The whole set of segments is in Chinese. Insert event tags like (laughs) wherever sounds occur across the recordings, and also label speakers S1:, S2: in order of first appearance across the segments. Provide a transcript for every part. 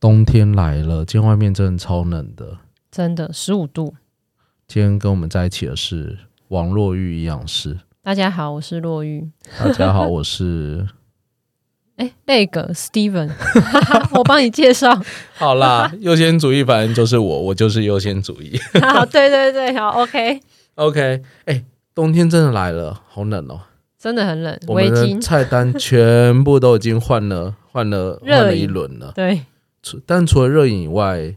S1: 冬天来了，今天外面真的超冷的。
S2: 真的十五度。
S1: 今天跟我们在一起的是王若玉营养师。
S2: 大家好，我是洛玉。
S1: 大家好，我是
S2: 哎，那个 Steven，我 (laughs) 帮你介绍。
S1: (laughs) 好啦，优先主义反正就是我，我就是优先主义。
S2: 好，对对对，好，OK，
S1: (laughs) OK，哎、冬天真的来了，好冷哦、
S2: 真的很冷，
S1: 我
S2: 围
S1: 们的
S2: 巾。
S1: 菜单全部都已经换了，换了，换
S2: 热
S1: 了
S2: 饮
S1: 一轮了。
S2: 对，
S1: 除但除了热饮以外，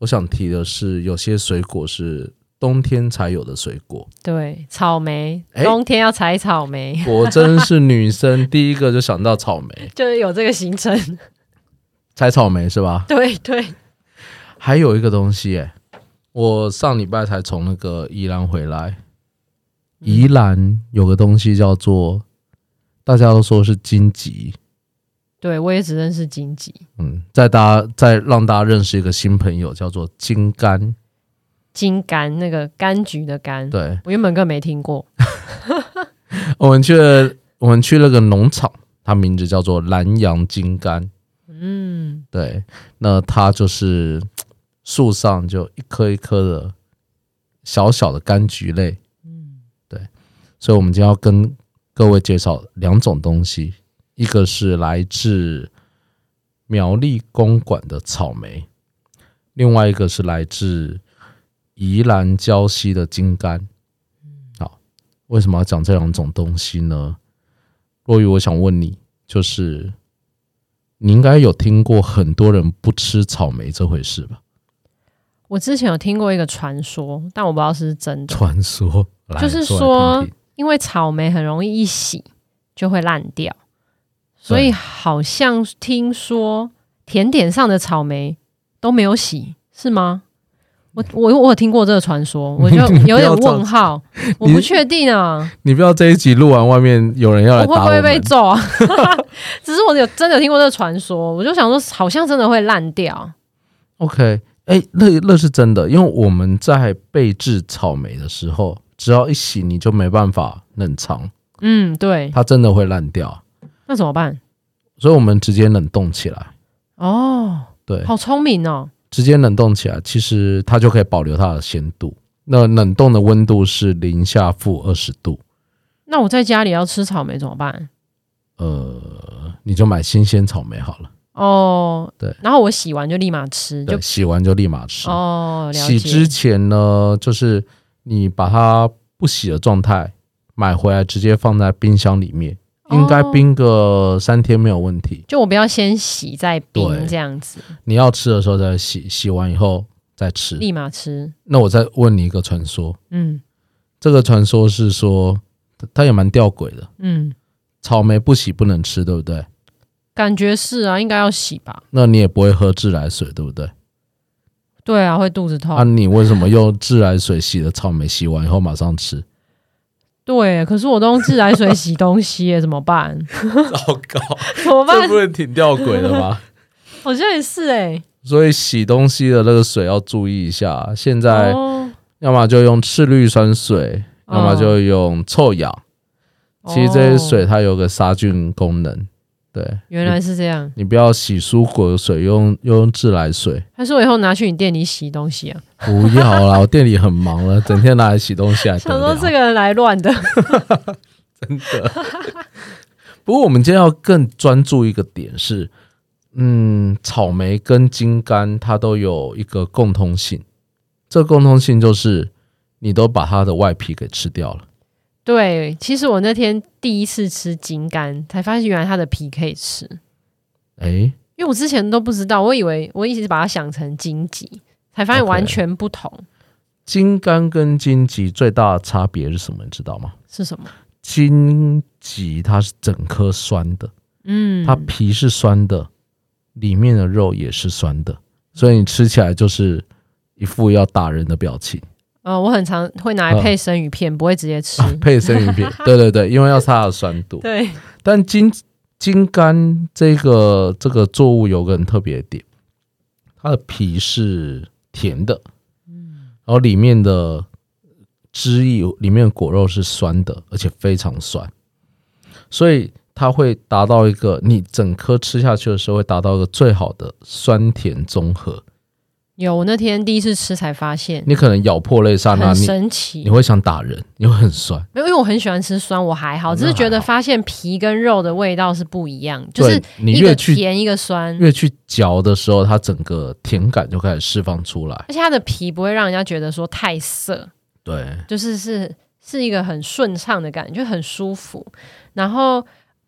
S1: 我想提的是，有些水果是冬天才有的水果。
S2: 对，草莓，
S1: 哎
S2: 冬天要采草莓， (laughs)
S1: 果真是女生 (laughs) 第一个就想到草莓，
S2: 就是有这个行程。 (laughs)
S1: 采草莓是吧？
S2: 对对，
S1: 还有一个东西、耶，我上礼拜才从那个宜兰回来，宜兰有个东西叫做，大家都说是荆棘，
S2: 对我也只认识荆棘，
S1: 嗯，在大家再让大家认识一个新朋友，叫做金柑，
S2: 金柑那个柑橘的柑，
S1: 对。
S2: 我原本更没听过。
S1: 我们去了，我们去了个农场，它名字叫做南洋金柑。
S2: 嗯，
S1: 对，那它就是嘖树上就一颗一颗的小小的柑橘类。嗯，对，所以我们今天要跟各位介绍两种东西，一个是来自苗栗公馆的草莓，另外一个是来自宜兰礁溪的金柑。好，为什么要讲这两种东西呢？若雨，我想问你，就是你应该有听过很多人不吃草莓这回事吧？
S2: 我之前有听过一个传说，但我不知道是不是真的，
S1: 传说，来
S2: 就是
S1: 说来
S2: 说
S1: 听听
S2: 因为草莓很容易一洗就会烂掉，所以好像听说甜点上的草莓都没有洗，是吗？我我我有听过这个传说，我就
S1: (laughs)
S2: 有点问号，我不确定啊，
S1: 你不要这一集录完，外面有人要
S2: 我
S1: 来打
S2: 会不
S1: 我
S2: 会
S1: 们。
S2: 被揍啊？ (laughs) 只是我有真的有听过这个传说，我就想说，好像真的会烂掉。
S1: OK，哎、那那是真的，因为我们在备制草莓的时候，只要一洗你就没办法冷藏，
S2: 嗯，对，
S1: 它真的会烂掉，
S2: 那怎么办？
S1: 所以我们直接冷冻起来。
S2: 哦，
S1: 对，
S2: 好聪明哦，
S1: 直接冷冻起来，其实它就可以保留它的鲜度。那冷冻的温度是零下负二十度，
S2: 那我在家里要吃草莓怎么办？
S1: 呃，你就买新鲜草莓好了。
S2: 哦，
S1: 对，
S2: 然后我洗完就立马吃，就
S1: 对，洗完就立马吃。
S2: 哦，了
S1: 洗之
S2: 解，
S1: 前呢，就是你把它不洗的状态买回来，直接放在冰箱里面，应该
S2: 哦
S1: 冰个三天没有问题。
S2: 就我不要先洗再
S1: 对嗯
S2: 冰这样子，
S1: 你要吃的时候再洗，洗完以后再吃。
S2: 立马吃，
S1: 那我再问你一个传说，
S2: 嗯
S1: 这个传说是说它它也蛮吊诡的，
S2: 嗯，
S1: 草莓不洗不能吃，对不对？
S2: 感觉是啊，应该要洗吧？
S1: 那你也不会喝自来水，对不对？
S2: 哦对啊，会肚子
S1: 那、
S2: 痛，
S1: 你为什么用自来水洗的草莓，洗完以后马上吃？
S2: 对，可是我都用自来水洗东西耶，怎 (laughs) 么办？
S1: 糟
S2: (laughs)
S1: 糕，
S2: 怎么办？
S1: 是挺吊诡的吗？
S2: 好像也是哎，
S1: 所以洗东西的那个水要注意一下。现在
S2: 哦，
S1: 要么就用次氯酸水，
S2: 哦
S1: 要么就用臭氧。其实这些水
S2: 哦
S1: 它有个杀菌功能。对
S2: 原来是这样，
S1: 你不要洗蔬果的水，用又用自来水，
S2: 还是我以后拿去你店里洗东西啊？
S1: 不要啦！我店里很忙了，整天拿来洗东西还
S2: (laughs) 想
S1: 得
S2: 说
S1: 了？
S2: 这个人来乱的，
S1: (laughs) 不过我们今天要更专注一个点是，嗯，草莓跟金柑它都有一个共通性，这共通性就是你都把它的外皮给吃掉了。
S2: 对，其实我那天第一次吃金柑，才发现原来它的皮可以吃，
S1: 哎、
S2: 因为我之前都不知道，我以为我一直把它想成荆棘，才发现
S1: OK
S2: 完全不同
S1: 金柑跟荆棘最大的差别是什么？你知道吗？
S2: 是什么。
S1: 荆棘它是整颗酸的，
S2: 嗯，
S1: 它皮是酸的，里面的肉也是酸的，所以你吃起来就是一副要打人的表情，
S2: 呃，我很常会拿
S1: 嗯
S2: 来配生鱼片，不会直接吃。 (laughs)
S1: 啊配生鱼片。对对对，因为要吃它的酸度。
S2: 对，
S1: 但金金柑这个这个作物有个很特别的点，它的皮是甜的，
S2: 嗯
S1: 然后里面的汁液里面的果肉是酸的，而且非常酸，所以它会达到一个你整颗吃下去的时候会达到一个最好的酸甜综合。
S2: 有，我那天第一次吃才发现，
S1: 你可能咬破那一刹那，
S2: 很
S1: 你
S2: 神奇
S1: 你。会想打人，你会很酸。
S2: 没有，因为我很喜欢吃酸，我还好，
S1: 哦
S2: 只是
S1: 那
S2: 觉
S1: 还
S2: 得
S1: 好
S2: 发现皮跟肉的味道是不一样，就是
S1: 对你
S2: 一
S1: 越
S2: 个
S1: 去
S2: 甜一个酸，
S1: 越去嚼的时候，它整个甜感就开始释放出来。
S2: 而且它的皮不会让人家觉得说太涩，
S1: 对，
S2: 就是是是一个很顺畅的感觉，就很舒服。然后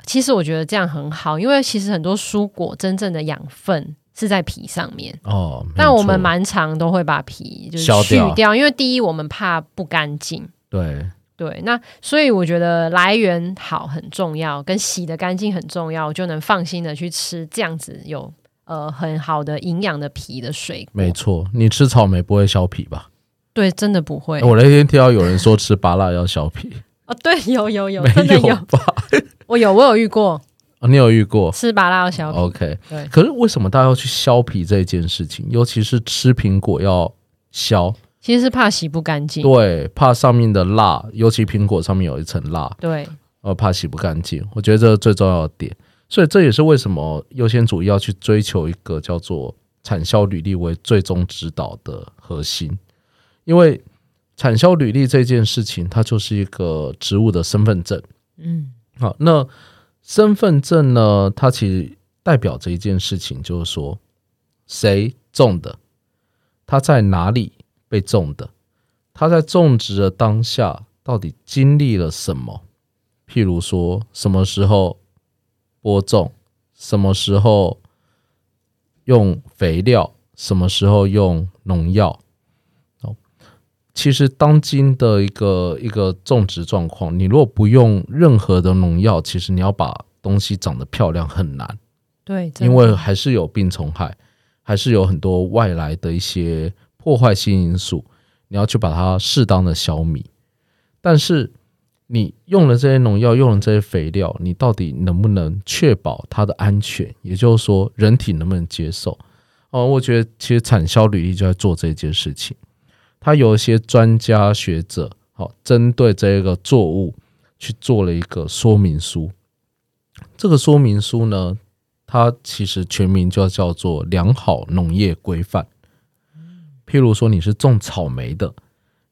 S2: 其实我觉得这样很好，因为其实很多蔬果真正的养分是在皮上面。
S1: 哦，没
S2: 但我们
S1: 错
S2: 蛮常都会把皮就是
S1: 削
S2: 去
S1: 掉
S2: 掉，因为第一我们怕不干净，
S1: 对
S2: 对，那所以我觉得来源好很重要，跟洗的干净很重要，我就能放心的去吃这样子有呃很好的营养的皮的水果
S1: 没。错，你吃草莓不会削皮吧？
S2: 对，真的不会。
S1: 我那天听到有人说吃芭辣要削皮，
S2: 哦，对，有有有，
S1: (laughs) 没
S2: 真的有，
S1: 吧？
S2: 我有我有遇过
S1: 哦你有遇
S2: (laughs)
S1: 过
S2: 吃芭拉小皮，
S1: ？OK，
S2: 对
S1: 可是为什么大家要去削皮这件事情？尤其是吃苹果要削，
S2: 其实是怕洗不干净。
S1: 对，怕上面的蜡，尤其苹果上面有一层蜡，
S2: 对，
S1: 呃，怕洗不干净。我觉得这是最重要的点，所以这也是为什么优先主义要去追求一个叫做产销履历为最终指导的核心，因为产销履历这件事情，它就是一个植物的身份证。
S2: 嗯，
S1: 好，那身份证呢？它其实代表着一件事情，就是说谁种的，它在哪里被种的，它在种植的当下到底经历了什么？譬如说，什么时候播种，什么时候用肥料，什么时候用农药。哦，其实当今的一个一个种植状况，你如果不用任何的农药，其实你要把东西长得漂亮很难，
S2: 对，真的
S1: 因为还是有病虫害，还是有很多外来的一些破坏性因素，你要去把它适当的消弭。但是你用了这些农药，用了这些肥料，你到底能不能确保它的安全？也就是说，人体能不能接受？哦，我觉得其实产销履历就在做这件事情。它有一些专家学者，好、针对这个作物去做了一个说明书。这个说明书呢，它其实全名就叫做《良好农业规范》。譬如说你是种草莓的，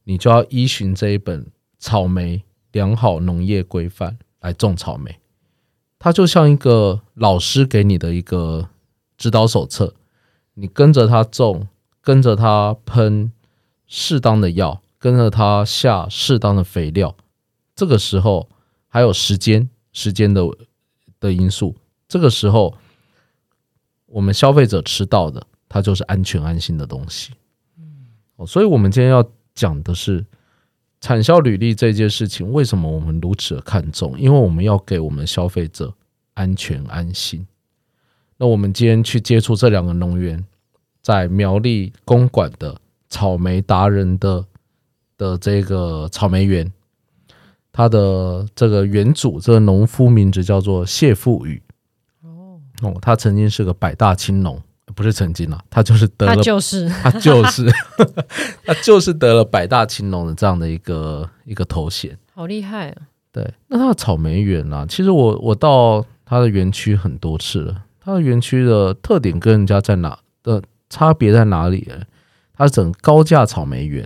S1: 你就要依循这一本《草莓良好农业规范》来种草莓。它就像一个老师给你的一个指导手册，你跟着他种，跟着他喷适当的药，跟着他下适当的肥料。这个时候还有时间，时间的的因素，这个时候我们消费者吃到的，它就是安全安心的东西。哦，所以我们今天要讲的是产销履历这件事情，为什么我们如此的看重？因为我们要给我们的消费者安全安心。那我们今天去接触这两个农园，在苗栗公馆的草莓达人的的这个草莓园，它的这个园主这个农夫名字叫做谢富宇。哦，他曾经是个百大青农，不是曾经啦，他就是得
S2: 它
S1: 了
S2: 就是
S1: 他就是他就是得了百大青龙的这样的一个一个头衔。
S2: 好厉害、啊，
S1: 对，那他的草莓园啊，其实我我到他的园区很多次了，他的园区的特点跟人家在哪的、差别在哪里呢？它是整个高价草莓园，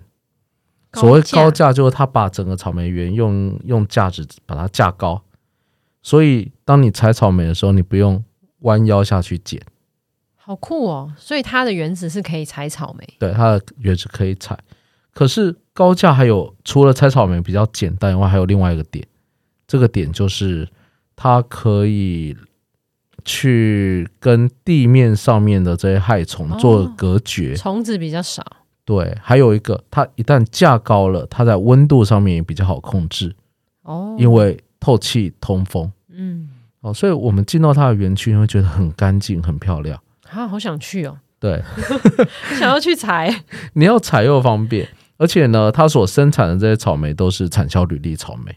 S1: 所谓高价就是他把整个草莓园用用价值把它架高，所以当你采草莓的时候，你不用弯腰下去捡。
S2: 好酷哦！所以它的原子是可以采草莓，
S1: 对，它的原是可以采。可是高价还有除了采草莓比较简单以外，还有另外一个点，这个点就是它可以去跟地面上面的这些害虫做
S2: 哦
S1: 隔绝。
S2: 虫子比较少，
S1: 对，还有一个，它一旦架高了，它在温度上面也比较好控制，
S2: 哦，
S1: 因为透气通风
S2: 嗯，
S1: 哦。所以我们进到它的园区，你会觉得很干净、很漂亮。
S2: 啊，好想去哦，
S1: 对，
S2: 想要去采， (laughs)
S1: 你要采又方便，而且呢，它所生产的这些草莓都是产销履历草莓。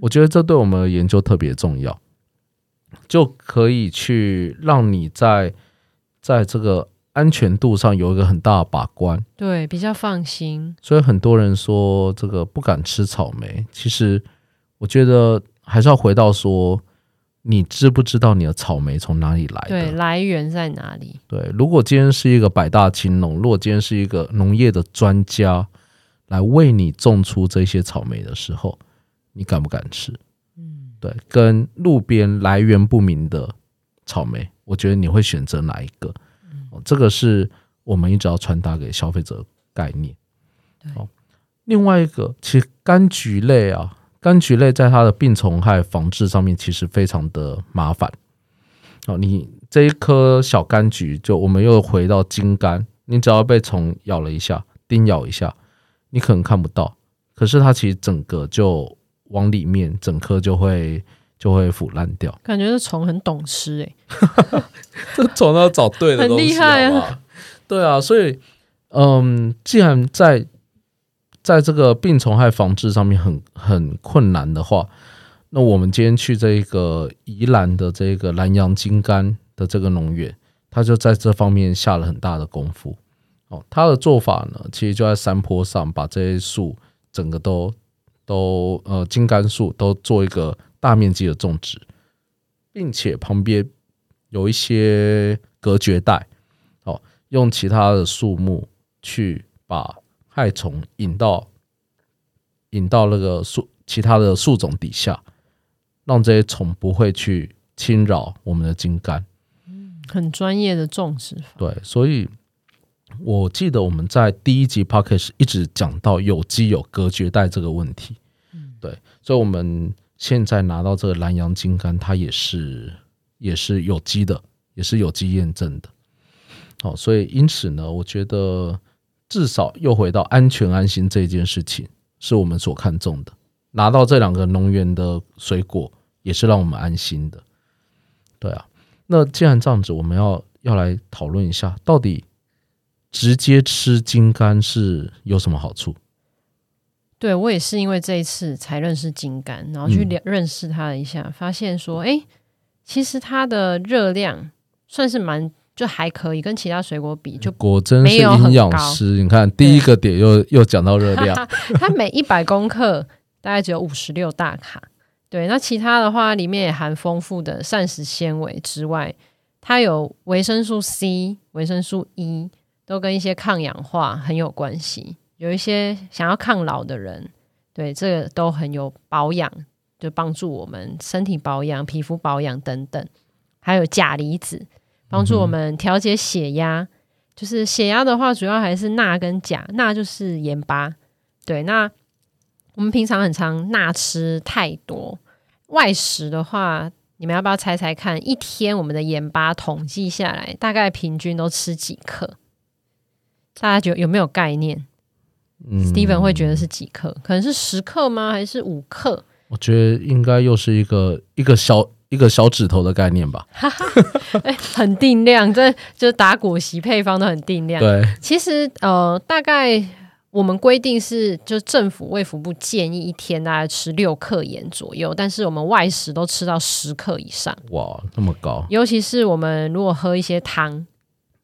S1: 我觉得这对我们的研究特别重要，就可以去让你在在这个安全度上有一个很大的把关。
S2: 对，比较放心，
S1: 所以很多人说这个不敢吃草莓，其实我觉得还是要回到说，你知不知道你的草莓从哪里来的？
S2: 对，来源在哪里？
S1: 对，如果今天是一个百大青农，如果今天是一个农业的专家来为你种出这些草莓的时候，你敢不敢吃？嗯，对，跟路边来源不明的草莓，我觉得你会选择哪一个？哦，这个是我们一直要传达给消费者的概念。哦，另外一个，其实柑橘类啊，柑橘类在它的病虫害防治上面其实非常的麻烦。哦，你这一颗小柑橘，就我们又回到金柑，你只要被虫咬了一下、叮咬一下，你可能看不到，可是它其实整个就往里面，整颗就会就会腐烂掉。
S2: 感觉这虫很懂吃哎、
S1: 这 (laughs) 虫要找对的
S2: 很
S1: 东西，
S2: 厉害
S1: 好
S2: 啊
S1: 不好对啊，所以嗯，既然在在这个病虫害防治上面很很困难的话，那我们今天去这个宜兰的这个南洋金柑的这个农园，他就在这方面下了很大的功夫。哦，他的做法呢，其实就在山坡上把这些树整个都都呃金柑树都做一个大面积的种植，并且旁边有一些隔绝带，哦，用其他的树木去把害虫引到引到那个树其他的树种底下，让这些虫不会去侵扰我们的金柑。
S2: 很专业的种植法。
S1: 对，所以我记得我们在第一集 p o c k e t 一直讲到有机有隔绝带这个问题。对，所以我们现在拿到这个南洋金柑，它也是也是有机的，也是有机验证的。好，所以因此呢，我觉得至少又回到安全安心这件事情，是我们所看重的。拿到这两个农园的水果，也是让我们安心的。对啊，那既然这样子，我们要要来讨论一下，到底直接吃金柑是有什么好处？
S2: 对我也是因为这一次才认识金柑，然后
S1: 嗯
S2: 去了认识它了一下，发现说，哎，其实它的热量算是蛮就还可以，跟其他水果比，就
S1: 果真是营养师，你看第一个点又又讲到热
S2: (laughs)
S1: 量，
S2: 它每一百公克大概只有五十六大卡。对，那其他的话里面也含丰富的膳食纤维之外，它有维生素 C、维生素 E，都跟一些抗氧化很有关系。有一些想要抗老的人，对这个都很有保养，就帮助我们身体保养、皮肤保养等等。还有钾离子，帮助我们调节血压。就是血压的话，主要还是钠跟钾，钠就是盐巴，对，那我们平常很常钠吃太多，外食的话，你们要不要猜猜看？一天我们的盐巴统计下来，大概平均都吃几克？大家觉得有没有概念、
S1: 嗯
S2: s t e v e n 会觉得是几克？可能是十克吗？还是五克？
S1: 我觉得应该又是一个一个小一个小指头的概念吧。
S2: 哎、很定量，这就是打果昔配方都很定量。
S1: 对，
S2: 其实呃，大概我们规定是，就政府卫福部建议一天大概吃六克盐左右，但是我们外食都吃到十克以上，
S1: 哇，那么高，
S2: 尤其是我们如果喝一些汤。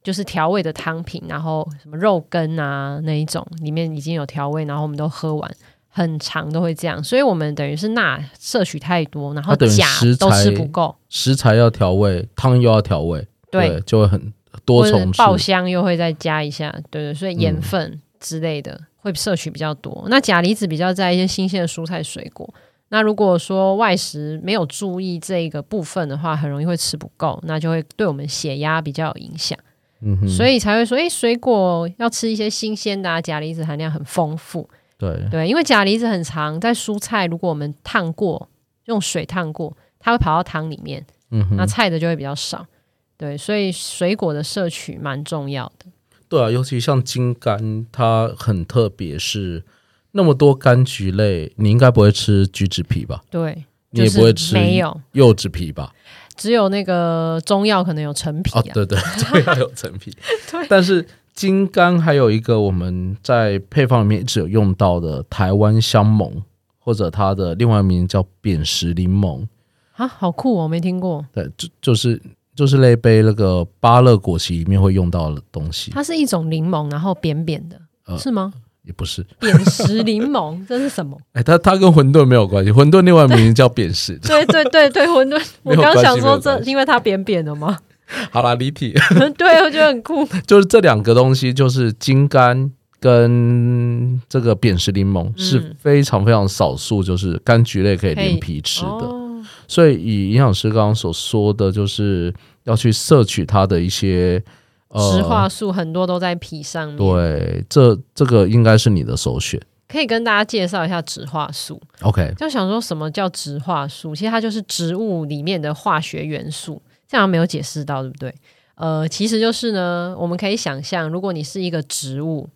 S2: 就是调味的汤品，然后什么肉羹啊那一种，里面已经有调味，然后我们都喝完，很长都会这样，所以我们等于是钠摄取太多，然后
S1: 它等于
S2: 钾
S1: 食
S2: 都吃
S1: 材
S2: 不够，
S1: 食材要调味，汤又要调味，
S2: 对，
S1: 就会很
S2: 或
S1: 多
S2: 者
S1: 重嗯
S2: 爆
S1: 视。
S2: 香又会再加一下，对对，所以盐分之类的、会摄取比较多。那钾离子比较在一些新鲜的蔬菜水果。那如果说外食没有注意这个部分的话，很容易会吃不够，那就会对我们血压比较有影响，
S1: 嗯哼，
S2: 所以才会说，诶，水果要吃一些新鲜的、啊，钾离子含量很丰富。
S1: 对，
S2: 对，因为钾离子很长，在蔬菜如果我们烫过，用水烫过，它会跑到汤里面，
S1: 嗯哼
S2: 那，菜的就会比较少。对，所以水果的摄取蛮重要的。
S1: 对啊，尤其像金柑，它很特别，是那么多柑橘类，你应该不会吃橘子皮吧？
S2: 对，
S1: 你也
S2: 就是
S1: 不会吃
S2: 没有，
S1: 柚子皮吧？
S2: 只有那个中药可能有陈皮
S1: 啊，
S2: 啊，
S1: 对
S2: (laughs)
S1: 对，对，要有陈皮。但是金柑还有一个我们在配方里面一直有用到的台湾香檬，或者它的另外一个名字叫扁石柠檬，
S2: 啊好酷哦，我没听过。
S1: 对，就就是就是类杯那个芭乐果昔里面会用到的东西。
S2: 它是一种柠檬，然后扁扁的，
S1: 呃
S2: 是吗？
S1: 也不是，
S2: 扁食柠檬，这是
S1: (laughs)
S2: 什么？。
S1: 哎，它它跟馄饨没有关系，馄饨另外名字叫扁食 (laughs)
S2: 对对对对，馄饨。
S1: 没
S2: 我
S1: 有
S2: 刚
S1: 关
S2: 想
S1: 系没
S2: 说
S1: 有
S2: 这，
S1: 关系
S2: 因为它扁扁的嘛。
S1: 好啦，离题，
S2: (laughs) 对，我觉得很酷。
S1: 就是这两个东西，就是金柑跟这个扁食柠
S2: 嗯
S1: 檬是非常非常少数，就是柑橘类可以连皮吃的。
S2: 哦，
S1: 所以以营养师刚刚所说的，就是要去摄取它的一些
S2: 植化
S1: 呃，
S2: 素很多都在皮上面。，
S1: 对，这这个应该是你的首选。
S2: 可以跟大家介绍一下植化素。
S1: OK，
S2: 就想说什么叫植化素？其实它就是植物里面的化学元素，这样没有解释到，对不对？呃，其实就是呢，我们可以想象，如果你是一个植物，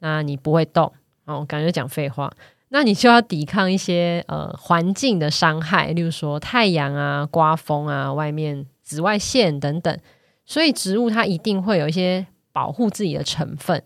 S2: 那你不会动哦，感觉讲废话，那你就要抵抗一些呃环境的伤害，例如说太阳啊、刮风啊、外面紫外线等等。所以植物它一定会有一些保护自己的成分，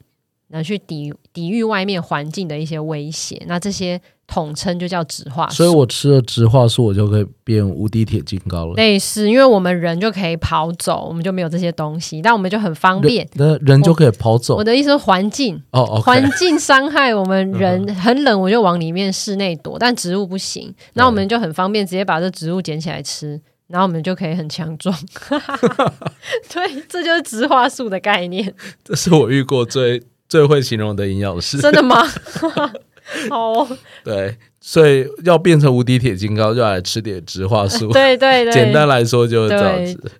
S2: 那去抵抵御外面环境的一些威胁。那这些统称就叫植化素。
S1: 啊所以我吃了植化素，我就可以变无敌铁金刚了。
S2: 类似，因为我们人就可以跑走，我们就没有这些东西，但我们就很方便
S1: 人。那人就可以跑走
S2: 我的意思是环境，
S1: 哦，OK，
S2: 环境伤害我们人很冷，我就往里面室内躲，但植物不行，那我们就很方便，直接把这植物捡起来吃，然后我们就可以很强
S1: (laughs)
S2: 壮。对，这就是植化素的概念，
S1: (laughs) 这是我遇过最最会形容的营养师。
S2: 真的吗？ (laughs) 好、哦，
S1: 对，所以要变成无敌铁金刚，就来吃点植化素。
S2: 对对对，
S1: 简单来说就是这样子。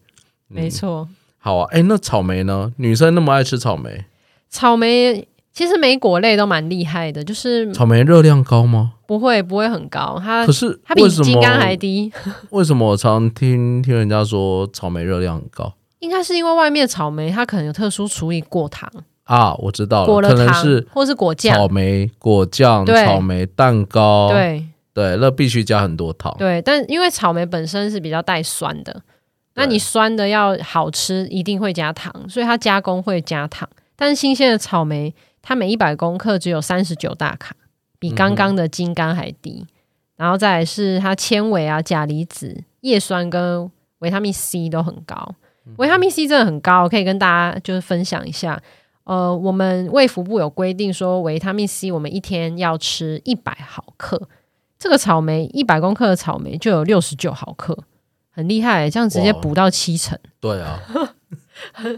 S2: 没错。
S1: 好啊，哎，那草莓呢？女生那么爱吃草莓，
S2: 草莓其实莓果类都蛮厉害的，就是
S1: 草莓热量高吗？
S2: 不会不会很高，它
S1: 可是
S2: 呃它比
S1: 为什
S2: 金
S1: 么？
S2: 柑还低，
S1: 为什么我常听听人家说草莓热量很高
S2: 应该是因为外面的草莓它可能有特殊处理过糖、
S1: 啊？我知道
S2: 果
S1: 了，
S2: 了
S1: 可能
S2: 糖
S1: 是
S2: 或是果
S1: 草
S2: 酱，
S1: 莓果酱、
S2: 对
S1: 草莓蛋糕，
S2: 对
S1: 对，那必须加很多糖。
S2: 对，但因为草莓本身是比较带酸的，那你酸的要好吃一定会加糖，所以它加工会加糖，但是新鲜的草莓它每一百公克只有三十九大卡，比
S1: 嗯
S2: 刚刚的金柑还低，然后再来是它纤维啊、钾离子、叶酸跟维他命 C 都很高。
S1: 嗯
S2: 维他命 C 真的很高，可以跟大家就是分享一下。呃，我们卫福部有规定说，维他命 C 我们一天要吃一百毫克。这个草莓一百公克的草莓就有六十九毫克，很厉害、欸这样直接
S1: 哇
S2: 补到七成。
S1: 对啊，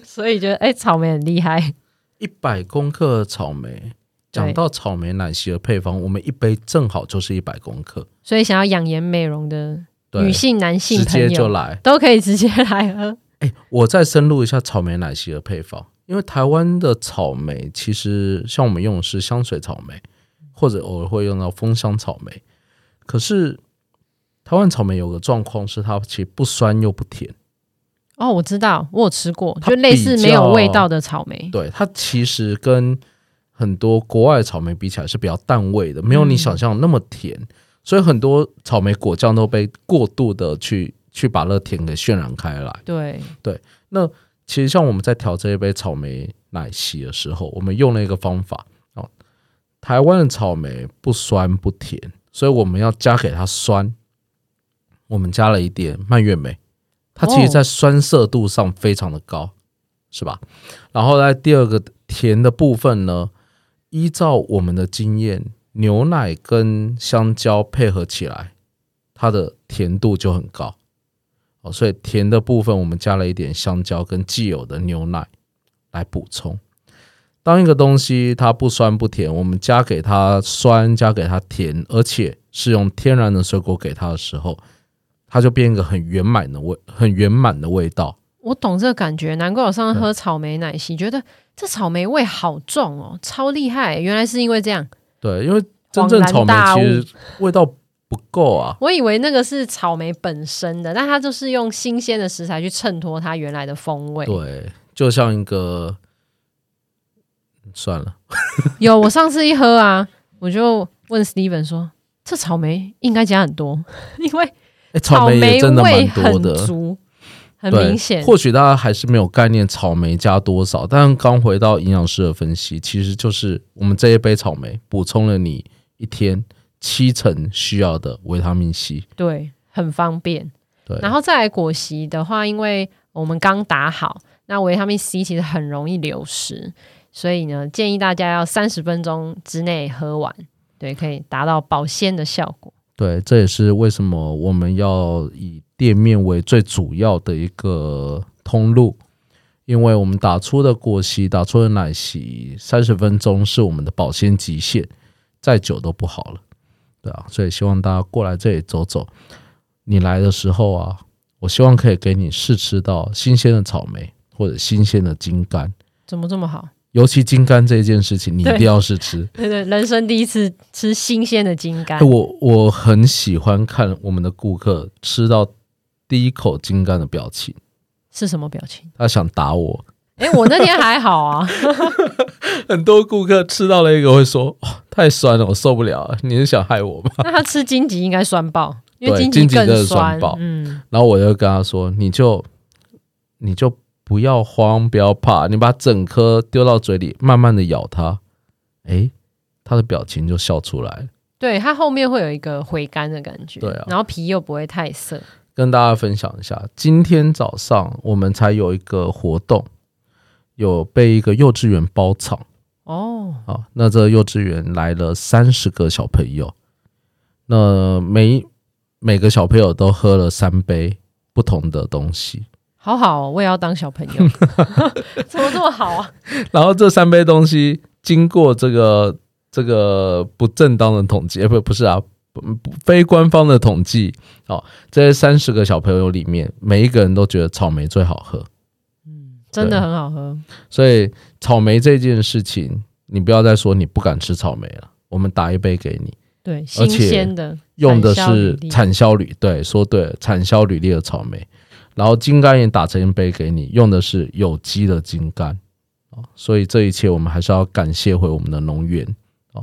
S2: 所以觉得哎、草莓很厉害。
S1: 一百公克的草莓。讲到草莓奶昔的配方，我们一杯正好就是一百公克，
S2: 所以想要养颜美容的
S1: 对，
S2: 女性、男性
S1: 直
S2: 朋
S1: 接就
S2: 友
S1: 来。
S2: 都可以直接来喝。
S1: 哎，我再深入一下草莓奶昔的配方，因为台湾的草莓其实像我们用的是香水草莓，
S2: 嗯
S1: 或者偶尔会用到枫香草莓。可是台湾草莓有个状况是，它其实不酸又不甜，
S2: 哦，我知道，我有吃过，
S1: 它
S2: 就类似
S1: 比较
S2: 没有味道的草莓。
S1: 对它其实跟很多国外的草莓比起来是比较淡味的，没有你想象那么甜，
S2: 嗯
S1: 所以很多草莓果酱都被过度的去去把那甜给渲染开来。
S2: 对，
S1: 其实像我们在调这一杯草莓奶昔的时候，我们用了一个方法哦，台湾的草莓不酸不甜，所以我们要加给它酸，我们加了一点蔓越莓，它其实在酸涩度上非常的高，是吧？然后在第二个甜的部分呢，依照我们的经验，牛奶跟香蕉配合起来，它的甜度就很高。哦，所以甜的部分我们加了一点香蕉跟既有的牛奶来补充。当一个东西它不酸不甜，我们加给它酸，加给它甜，而且是用天然的水果给它的时候，它就变一个很圆满的味，很圆满的味道。
S2: 我懂这个感觉，难怪我上
S1: 嗯
S2: 次喝草莓奶昔，觉得这草莓味好重哦，超厉害！原来是因为这样，
S1: 对，因为真正草莓
S2: 恍然大悟
S1: 其实味道不够
S2: (laughs)
S1: 啊。
S2: 我以为那个是草莓本身的，但它就是用新鲜的食材去衬托它原来的风味。
S1: 对，就像一个嗯算了，
S2: 有，我上次一喝啊，我就问 Steven 说，这草莓应该加很多， (laughs) 因为
S1: 哎、草莓也
S2: 莓
S1: 真的
S2: 味
S1: 蛮多
S2: 很
S1: 的，
S2: 足，很
S1: 对，
S2: 明显。
S1: 或许大家还是没有概念草莓加多少，但刚回到营养师的分析，其实就是我们这一杯草莓补充了你一天七成需要的维他命 C。
S2: 对，很方便。
S1: 对，
S2: 然后再来果昔的话，因为我们刚打好，那维他命 C 其实很容易流失，所以呢，建议大家要三十分钟之内喝完，对，可以达到保鲜的效果。
S1: 对，这也是为什么我们要以店面为最主要的一个通路，因为我们打出的果昔、打出的奶昔，三十分钟是我们的保鲜极限，再久都不好了，对啊，所以希望大家过来这里走走。你来的时候啊，我希望可以给你试吃到新鲜的草莓或者新鲜的金柑，
S2: 怎么这么好？
S1: 尤其金柑这件事情，你一定要试吃。
S2: (laughs) 对对，人生第一次吃新鲜的金柑
S1: 哎，，我我很喜欢看我们的顾客吃到第一口金柑的表情，
S2: 是什么表情？
S1: 他想打我。
S2: 哎，我那天还好啊，
S1: (laughs) 很多顾客吃到了一个会说：“哦，太酸了，我受不了了。”你是想害我吗？ (laughs)
S2: 那他吃荆棘应该酸爆，因为
S1: 对
S2: 棘
S1: 荆棘真
S2: 更
S1: 的酸爆
S2: 嗯，
S1: 然后我就跟他说：“你就你就不要慌，不要怕，你把整颗丢到嘴里，慢慢的咬它。”哎，他的表情就笑出来了。
S2: 对，它后面会有一个回甘的感觉，
S1: 对啊
S2: 然后皮又不会太涩，
S1: 跟大家分享一下，今天早上我们才有一个活动，有被一个幼稚园包场。
S2: 哦，
S1: 好，那这幼稚园来了三十个小朋友，那每每个小朋友都喝了三杯不同的东西，
S2: 好好哦、我也要当小朋
S1: (laughs)
S2: 友，怎么这么好啊？
S1: 然后这三杯东西经过这个这个不正当的统计，呃不不是啊，不不非官方的统计，哦，这三十个小朋友里面，每一个人都觉得草莓最好喝，
S2: 真的很好喝，
S1: 所以草莓这件事情，你不要再说你不敢吃草莓了，我们打一杯给你。
S2: 对，
S1: 而
S2: 新
S1: 且
S2: 鲜的，
S1: 用的
S2: 产销履
S1: 是
S2: 历
S1: 产销履，对，说对了，产销履历的草莓，然后金柑也打成一杯给你，用的是有机的金柑哦所以这一切我们还是要感谢回我们的农园哦，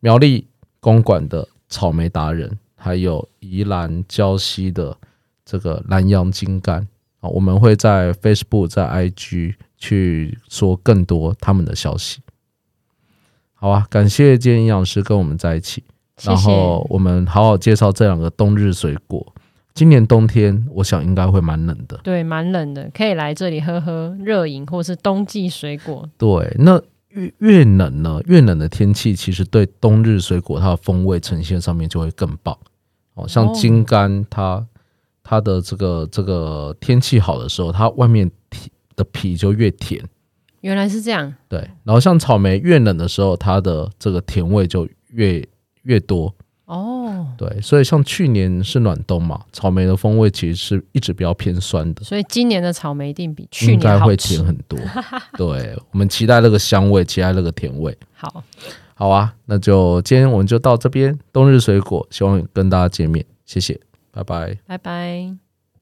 S1: 苗栗公馆的草莓达人，还有宜兰礁溪的这个南洋金柑啊、哦我们会在 Facebook 在 IG 去说更多他们的消息。好啊，感谢今天营养师跟我们在一起。
S2: 谢
S1: 然
S2: 谢。
S1: 后我们好好介绍这两个冬日水果。今年冬天，我想应该会蛮冷的。
S2: 对，蛮冷的，可以来这里喝喝热饮或是冬季水果。
S1: 对，那越越冷呢，越冷的天气，其实对冬日水果它的风味呈现上面就会更棒。哦，像
S2: 哦
S1: 金柑，它它的这个这个天气好的时候，它外面皮的皮就越甜。
S2: 原来是这样，
S1: 对，然后像草莓，越冷的时候，它的这个甜味就越越多。
S2: 哦，
S1: 对，所以像去年是暖冬嘛，草莓的风味其实是一直比较偏酸的。
S2: 所以今年的草莓一定比去
S1: 应该
S2: 年好
S1: 会
S2: 吃
S1: 甜。很多。对，我们期待那个香味，期待那个甜味。
S2: 好，
S1: 好啊，那就今天我们就到这边，冬日水果，希望跟大家见面，谢谢，拜拜。
S2: 拜拜。